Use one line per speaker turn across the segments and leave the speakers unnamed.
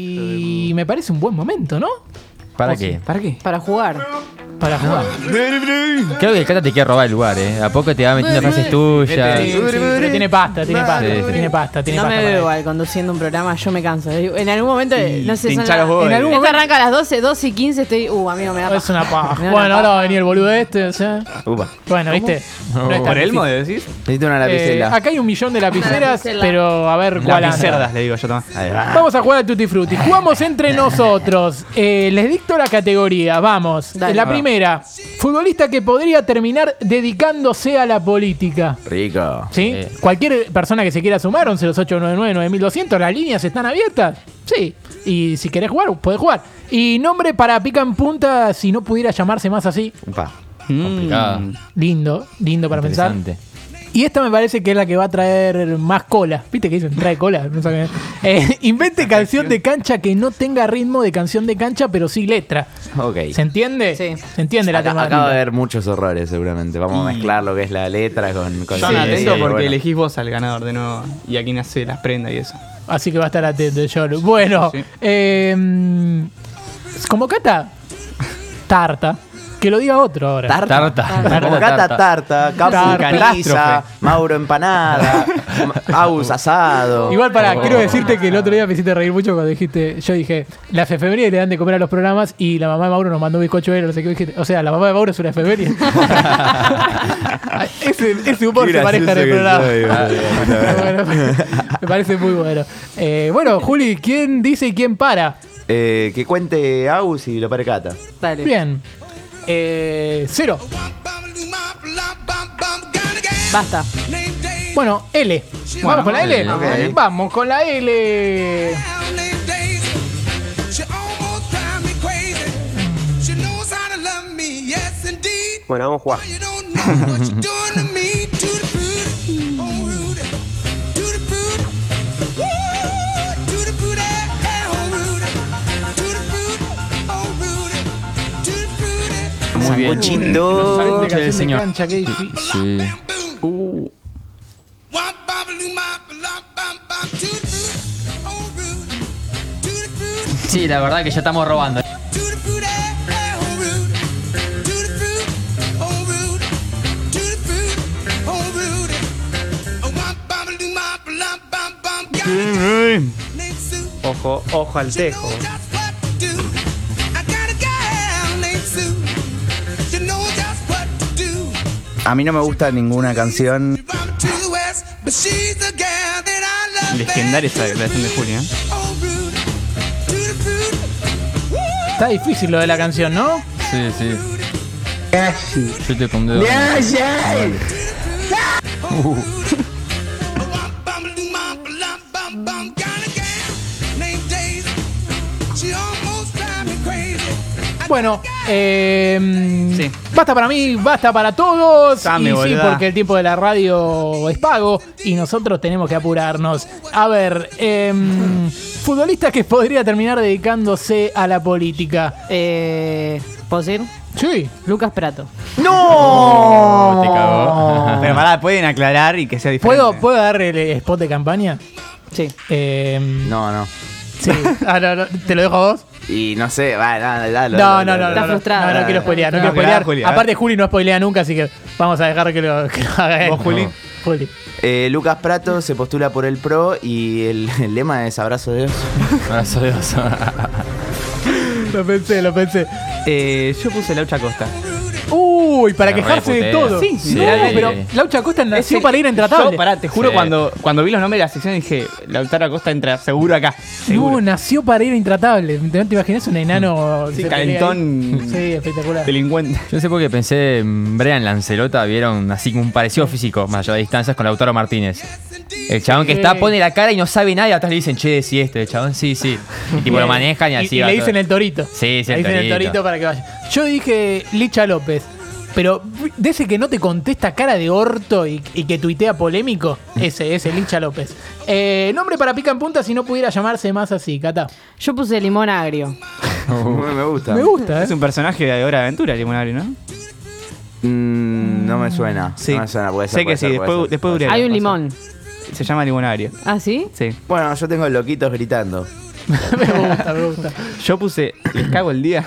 Y me parece un buen momento, ¿no? Oh,
¿Para qué?
¿Para qué?
Para jugar. Para jugar.
Creo que el Cata te quiere robar el lugar, ¿eh? ¿A poco te va metiendo
eh,
frases tuyas?
Sí, sí, pero tiene pasta, tiene pasta,
Sí, sí.
tiene pasta, tiene
No
pasta.
me
para
veo
él.
igual conduciendo un programa, yo me canso. En algún momento, no sé,
te
son
hinchás los
en
huevos,
algún
eh.
momento arranca a las 12, 12 y 15, estoy, uh, amigo, me da
Es una paja.
Me da una
Bueno, ahora
paja.
va a venir el boludo este, o sea.
Upa.
Bueno, ¿viste? No es tan
¿Por Elmo,
difícil.
decís?
Necesito una
Eh, acá hay un millón de lapiceras,
lapicera.
pero a ver cuál
Las
anda.
cerdas, le digo yo también. Ahí va.
Vamos a jugar a Tutti Frutti. Jugamos entre nosotros. Eh, les dicto la categoría. Vamos.
Dale.
la
Va.
primera. Futbolista que podría terminar dedicándose a la política.
Rico.
¿Sí?
Eh.
Sí.
Cualquier persona que se quiera sumar, 110899-9200. Las líneas están abiertas. Sí. Y si querés jugar, podés jugar. Y nombre para pica en punta, si no pudiera llamarse más así.
Upa.
Mm.
Complicado.
Lindo, lindo para pensar.
Interesante.
Y esta me parece que es la que va a traer más cola. ¿Viste que dicen? Trae cola. No saben. Eh, invente canción de cancha que no tenga ritmo de canción de cancha, pero sí letra.
Ok.
¿Se entiende?
Sí.
Se entiende la
Acá-
temática.
acabo de ver muchos errores, seguramente. Vamos a mezclar lo que es la letra con. con
Son
sí,
atentos
sí,
porque
bueno.
elegís vos al ganador de nuevo y a quien hace las prendas y eso.
Así que va a estar atento, yo. Bueno,
Sí.
eh, como Cata, tarta. Que lo diga otro ahora.
Tarta. Tarta. Como
Tarta.
Cata tarta, Capu
Tarta.
caniza,
Catástrofe.
Mauro empanada, Ma- Agus asado.
Igual para,
Oh.
quiero decirte que el otro día me hiciste reír mucho cuando dijiste, yo dije, las efemérides le dan de comer a los programas y la mamá de Mauro nos mandó un bizcocho de no sé qué, dijiste, o sea, la mamá de Mauro es una efeméride. ese, ese humor
Qué
se
gracioso
maneja en el
que
programa.
soy, boludo.
Bueno, me parece muy bueno. Eh, bueno, Juli, ¿quién dice y quién para?
Eh, que cuente Agus y lo pare Cata.
Dale.
Bien. Eh, cero.
Basta.
Bueno, L. ¿Vamos con la L?
ok.
Vamos con la L.
Bueno, vamos a jugar.
Muy bien.
Sanguchito.
Sánchez del señor.
Cancha, qué difícil.
Sí.
Sí, la verdad que ya estamos robando.
Ojo, ojo al tejo.
A mí no me gusta ninguna canción.
Legendaria esa declaración de Julio, ¿eh?
Está difícil lo de la canción, ¿no?
Sí, sí. Yo te pondré.
Bueno, eh,
Sí.
basta para mí, basta para todos.
Dame,
y sí,
boluda.
porque el tiempo de la radio es pago y nosotros tenemos que apurarnos. A ver, eh, futbolistas que podría terminar dedicándose a la política.
Eh, ¿Puedo decir?
Sí.
Lucas Prato.
Oh,
¡No!
Te cagó. Pero pará, pueden aclarar y que sea diferente.
¿Puedo, ¿Puedo dar el spot de campaña?
Sí.
Eh,
No, no.
Sí. Ah, no, no, ¿Te lo dejo a vos?
Y no sé, va, dale, dale.
No, no, no.
Está
no, no,
frustrado.
No, no, quiero spoilear, no
No,
quiero
que la
spoilear.
haga Juli, a ver.
Aparte, Juli no spoilea nunca, así que vamos a dejar que lo, que lo haga él.
¿Vos, Juli?
No. Juli.
Eh, Lucas Prato se postula por el PRO y el, el lema es abrazo de Dios.
Abrazo de oso.
Lo pensé, lo pensé.
Eh, yo puse Laucha Costa.
Uy, para
Me
quejarse de
reputea.
todo.
Sí,
no,
sí.
pero Laucha Costa nació para ir a
Yo,
intratable.
pará, te juro,
Sí.
cuando, cuando vi los nombres de la sección dije, Lautaro Acosta entra seguro acá.
No,
Seguro.
nació para ir a intratable. ¿No te imaginas un enano? que se
Sí,
pelea
calentón.
ahí? Sí, espectacular.
Delincuente.
Yo no sé por qué pensé en Brian Lancelota, vieron así como un parecido físico, más allá de distancias, con Lautaro Martínez. El chabón que está,
Sí.
pone la cara y no sabe nada, y atrás le dicen, che, si este, el chabón, sí, sí. Y tipo lo manejan y así
Y,
va
le
todo.
dicen el torito.
Sí, sí,
Le
el
dicen el
torito.
torito para que vaya. Yo dije Licha López. Pero de ese que no te contesta cara de orto y, y que tuitea polémico, ese, ese, Licha López. Eh, nombre para pica en punta si no pudiera llamarse más así, Cata.
Yo puse limón agrio.
Me gusta.
Me gusta, ¿eh?
Es un personaje de Hora de Aventura, Limonario, ¿no?
Mm, no me suena. No me suena, puede ser,
sé
puede
que sí,
ser, puede
después,
ser.
después
Hay un
Urela,
limón.
pasa. Se llama Limonario.
¿Ah, sí?
Sí.
Bueno, yo tengo loquitos gritando.
me gusta, me gusta.
Yo puse, les cago el día.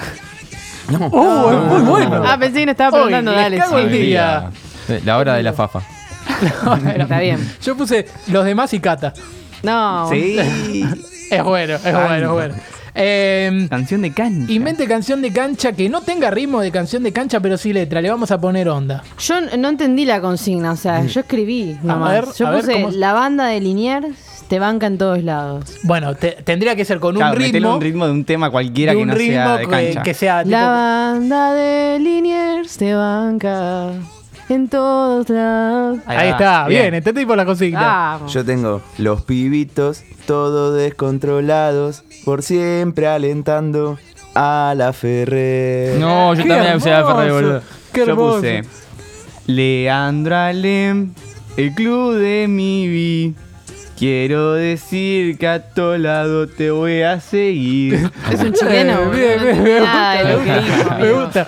¡Oh, es muy bueno!
Ah, pensé que me estaba
Hoy,
preguntando,
les
dale.
cago
sí.
el día.
Eh, La hora de la fafa.
Está bien.
Yo puse los demás y Cata.
No.
Sí.
Es bueno, es bueno, es bueno. Eh,
Canción de cancha.
invente canción de cancha que no tenga ritmo de canción de cancha, pero sí letra. Le vamos a poner onda.
Yo n- no entendí la consigna, o sea, yo escribí nomás.
ver,
yo
Mm. a ver,
puse
¿cómo es?
la banda de Liniers te banca en todos lados.
Bueno, te- tendría que ser con un
Claro, metele
ritmo.
un ritmo de un tema cualquiera
de
que
un
no sea de
ritmo que-
cancha.
que sea Ah, tipo-
La banda de Liniers te banca en todos lados.
Ahí, está, bien, entendí por la consigna.
Vamos.
Yo tengo los pibitos, todos descontrolados, por siempre alentando a la Ferrer.
No, yo
Qué
también puse a Ferrer,
hermoso.
boludo.
Qué
Yo
hermoso.
puse Leandro Alem, el club de mi vi. Quiero decir que a todo lado te voy a seguir.
Es un chileno. Ah, boludo,
Bien,
no
bien,
entendí
me
nada de lo que dijo,
gusta. Me
amigo.
gusta.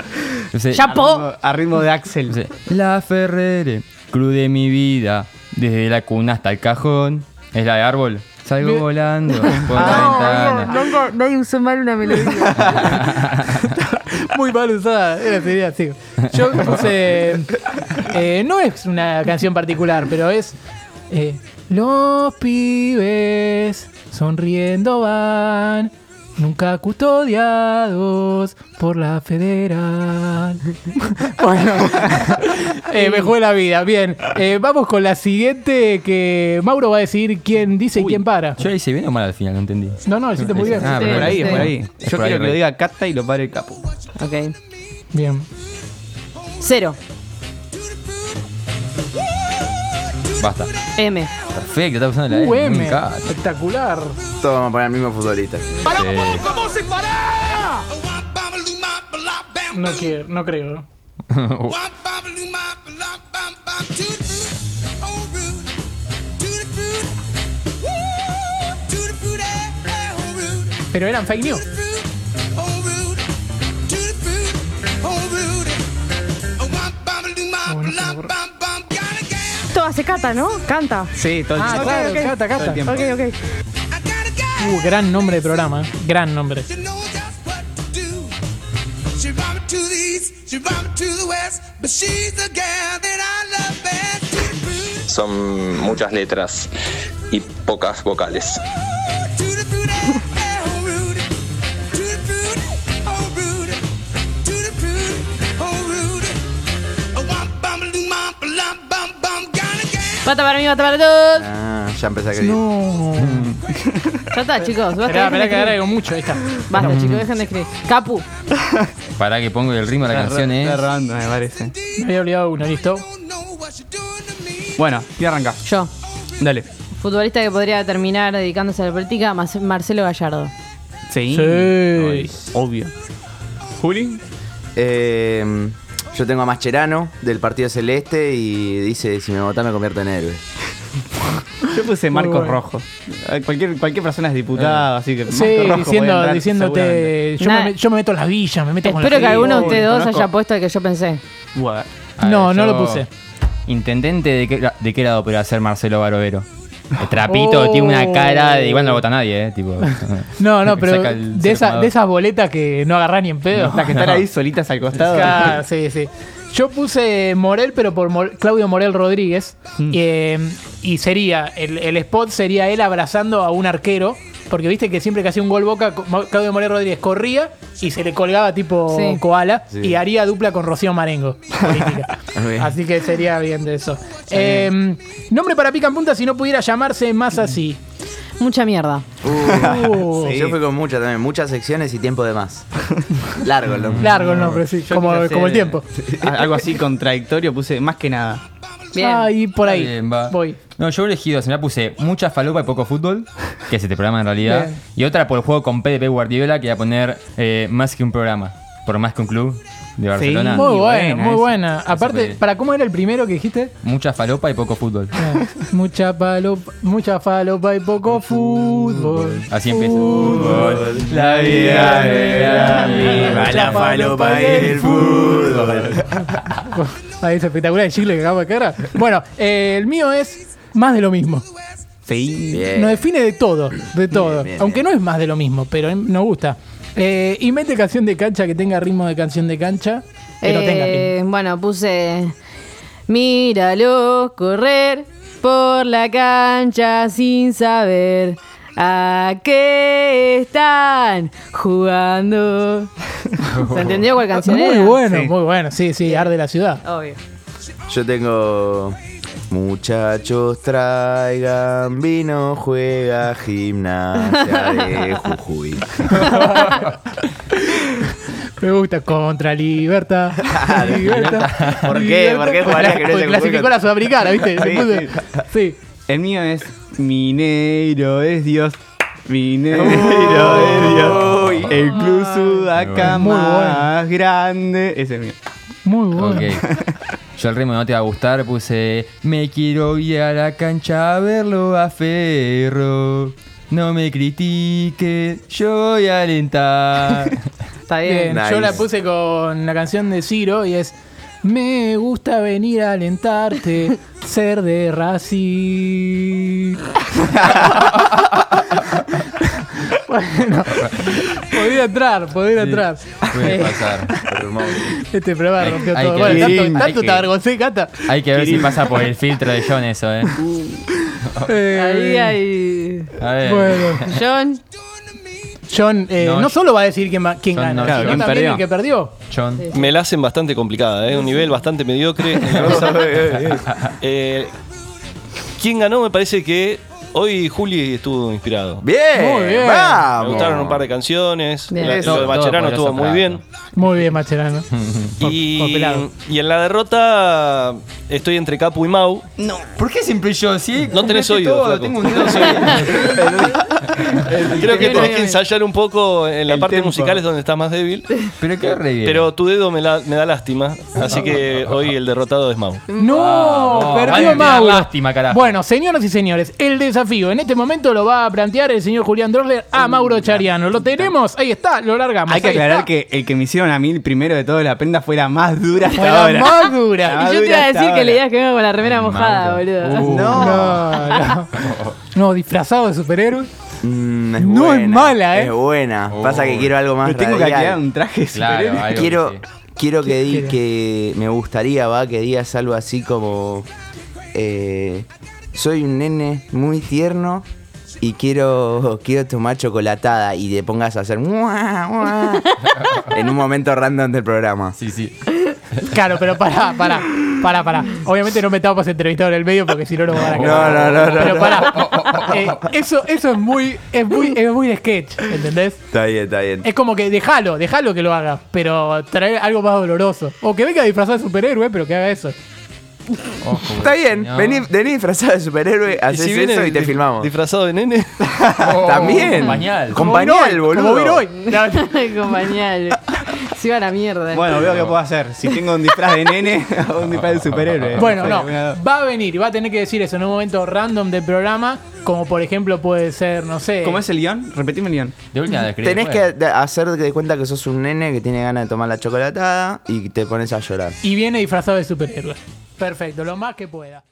Puse-
Chapo.
A ritmo de Axel.
puse, la Ferrere, cruz de mi vida, desde la cuna hasta el cajón. Es la de árbol. Salgo volando por
Ah,
la ventana.
Nadie- Nadie usó mal una melodía.
Muy mal usada. Era, sería así. Yo puse. eh, no es una canción particular, pero es. eh, los pibes sonriendo van. Nunca custodiados por la federal. bueno, eh, me jugué la vida. Bien, eh, vamos con la siguiente que Mauro va a decir quién dice y quién para.
Yo la hice bien o mal al final, no entendí.
No, no, hiciste muy bien.
Ah,
Sí,
Por ahí, es
sí.
por ahí.
Es
Yo
por ahí,
quiero que
rey.
lo diga Cata y lo pare el capo.
Ok.
Bien.
Cero.
Basta.
M.
Perfecto, está usando la M.
UM.
muy caro.
Espectacular.
Todos vamos a poner el mismo futbolista.
eh, No quiero, no creo.
oh, eh, oh,
Pero eran fake news.
oh, eh.
Esto hace cata, ¿no? Canta.
Sí, todo el
Ah,
tiempo.
claro,
Todo el
Cata, Cata.
tiempo.
Ok, ok.
Uh, gran nombre de programa. Gran nombre.
She knows just what to do. She brought me to the east, she brought me to the west, but she's the girl that I love best. To the fruit,
Son muchas letras y pocas vocales.
to the fruit, oh Rudy. To the fruit, oh Rudy. To the fruit, oh Rudy. Oh, womp, bum, a doo, womp, a lump, bum, bum, gonna get.
Bata para mí, bata para todos.
Ah, ya empecé a creer.
No.
Ya está, chicos. Basta,
Esperá,
dejen de
esperá que
escribir.
agrego mucho. Ahí está.
Basta, chicos, dejen de escribir. Capu.
Pará que pongo el ritmo de la canción,
Está
eh.
robando, me parece.
Me había olvidado uno, listo.
Don't know what you're doing to me.
Bueno, y arranca.
Yo.
Dale.
Futbolista que podría terminar dedicándose a la política, Mas- Marcelo Gallardo.
Sí.
Sí.
Obvio. Juli.
Eh, yo tengo a Mascherano del Partido Celeste y dice, si me votan me convierto en héroe.
Yo puse Marcos
bueno.
Rojo. Eh, Cualquier, cualquier persona es diputado, así que. Marcos
Sí,
Rojo puede
diciendo,
entrar seguramente.
diciéndote. Yo me,
Nah.
met- yo me meto en las villas, me meto con
Espero
la
que
gente.
alguno de ustedes dos
conozco.
haya puesto el que yo pensé.
Uh, a ver.
A
No,
ver,
no
Ah, yo-
lo puse.
Intendente de qué, de qué lado podría ser Marcelo Barovero. El trapito tiene una cara de. Igual no lo vota nadie, eh. Tipo.
Oh. No, no, pero
Saca el
de, esa-
0,2.
de esas boletas que no agarrás ni en pedo.
Las que están ahí solitas al costado.
Claro, sí, sí. Yo puse Morel, pero por Mor- Claudio Morel Rodríguez. Eh, y sería, el, el spot sería él abrazando a un arquero. Porque viste que siempre que hacía un gol boca, co- Mo- Claudio Morel Rodríguez corría y se le colgaba tipo
Sí.
koala.
Sí.
Y haría dupla con Rocío Marengo. política.
bien.
así que sería bien de eso. Eh, nombre para Pica en Punta si no pudiera llamarse más así.
Mucha mierda.
Uh,
Yo fui con muchas también, muchas secciones y tiempo de más. Largo el nombre.
Largo el nombre, sí.
Yo
Como,
quise hacer
como el tiempo.
a- Algo así contradictorio, puse más que nada.
Bien.
Ah, y por ahí.
Bien, va.
Voy.
No, yo he elegido, se me la puse mucha falopa y poco fútbol, que es este programa en realidad.
Bien.
Y otra por el juego con PDP Guardiola, que voy a poner eh, más que un programa, por más que un club de Barcelona.
Muy
Y
buena,
buena
muy
esa.
buena. Aparte,
fue-
¿para cómo era el primero que dijiste?
Mucha falopa y poco fútbol.
mucha falopa, mucha falopa y poco fútbol.
Así empieza.
La vida
la falopa y el
fútbol.
Ahí es espectacular el chicle que acabo de quedar. Bueno, eh, el mío es más de lo mismo.
feí.
Bien.
Nos define de todo, de todo.
bien,
Aunque no es más de lo mismo, pero em- nos gusta. Eh, y mete canción de cancha que tenga ritmo de canción de cancha. Pero tenga
Eh,
ritmo.
bueno, puse. Míralo correr por la cancha sin saber a qué están jugando. ¿Se entendió cuál canción
Muy
era?
bueno, muy bueno. Sí, sí, arde la ciudad.
Obvio.
Yo tengo. Muchachos, traigan vino, juega gimnasia de Jujuy.
Me gusta contra Libertad. Libertad.
Ah, ¿Por qué? ¿Por qué jugarías que no
Porque
se
clasificó
juega?
la Sudamericana, ¿viste? Se
Sí,
puso-
sí.
sí.
El mío es Mineiro es Dios. Mineiro es Dios. El club sudaca
Muy Ah, bueno.
más grande. Ese es mío.
Muy bueno.
Ok. Yo el ritmo no te va a gustar, puse Me quiero ir a la cancha a verlo a Ferro. No me critiques, yo voy a alentar.
Está bien.
Bien,
Nice.
yo la puse con la canción de Ciro y es Me gusta venir a alentarte, ser de Racing. bueno, podría entrar, podría entrar.
Puede
Eh,
pasar.
este programa
Hay-
rompió
hay
todo.
que
Bueno,
ver.
tanto,
Hay
tanto
que-
te avergoncé, Cata.
Hay que ver si pasa por el filtro de John eso, eh.
Ahí
Eh,
hay.
A ver.
Bueno,
John.
John eh, no,
No,
solo va a decir quién, va- quién
John
gana,
no,
sino
John
también
perdió.
el que perdió.
John.
Me la hacen bastante complicada, ¿eh? un nivel bastante mediocre. Eh, ¿Quién ganó? Me parece que hoy Juli estuvo inspirado.
Bien,
Muy bien.
Me
vamos.
gustaron un par de canciones.
Bien.
La-
Eso.
Lo de Macherano
Todo
estuvo
podría
muy bien.
Muy bien, Macherano.
Y,
Copelado.
y en la derrota estoy entre Capu y Mau.
No. ¿Por qué siempre yo? Sí,
No tenés
complete
oído,
todo,
flaco.
tengo un dedo solo.
Creo que
Bien,
tenés
bien.
que ensayar un poco en la
El
parte
tempo.
musical es donde estás más débil.
Pero qué re bien.
Pero tu dedo me, la- me da lástima. Así que hoy el derrotado es Mau.
No,
Vamos,
perdió
vale, me da
Mauro.
lástima, carajo.
Bueno, señoras y señores, el desafío en este momento lo va a plantear el señor Julián Drosler a Mauro Chariano. Lo tenemos, ahí está, lo largamos.
Hay que
ahí
aclarar
está.
que el que me hicieron a mí el primero de todo la prenda fue la más dura hasta
fue la
ahora.
más dura.
Ah,
Y yo te
dura
iba a
hasta
decir que
ahora.
le digas que venga con la remera
Mauro.
mojada, boludo.
Uh,
No, no. No, disfrazado de superhéroe.
Mm, es
No es
buena,
mala, ¿eh?
Es buena. Pasa que
Oh.
quiero algo más
Me tengo que
radial.
aclarar un traje
Claro,
superhéroe.
algo que
Quiero,
sí.
quiero que, di,
qué-
que me gustaría, va, que digas algo así como eh, soy un nene muy tierno y quiero quiero tomar chocolatada y te pongas a hacer mua, mua, en un momento random del programa.
Sí, sí.
Claro, pero pará, pará. Pará, pará. Obviamente no me tapas entrevistado en el medio porque si no, no me van a
No,
quedar.
no, no, no,
Pero
no. Oh,
pará. Eh, eso, eso es muy, es muy, es muy de sketch, ¿entendés?
Está bien, está bien.
Es como que déjalo, déjalo que lo haga, pero trae algo más doloroso. O que venga disfrazado de superhéroe, pero que haga eso.
Ojo,
Está bien,
señor.
vení, vení disfrazado de superhéroe, haces
viene
eso y te
dif-
filmamos.
Disfrazado de nene.
Oh,
También.
Pañal.
Con
Como vino
pañal,
hoy,
boludo.
Como vino hoy. La-
Compañero. Se iba a la mierda.
Bueno, veo qué puedo hacer. Si tengo un disfraz de nene o un disfraz de superhéroe.
Bueno,
Soy
no.
una-
Va a venir y va a tener que decir eso en un momento random del programa, como por ejemplo puede ser, no sé.
¿Cómo es el guión? Repetime el guión.
De última describe.
Tenés que
Bueno.
de- hacer de cuenta que sos un nene que tiene ganas de tomar la chocolatada y te pones a llorar.
Y viene disfrazado de superhéroe. Perfecto, lo más que pueda.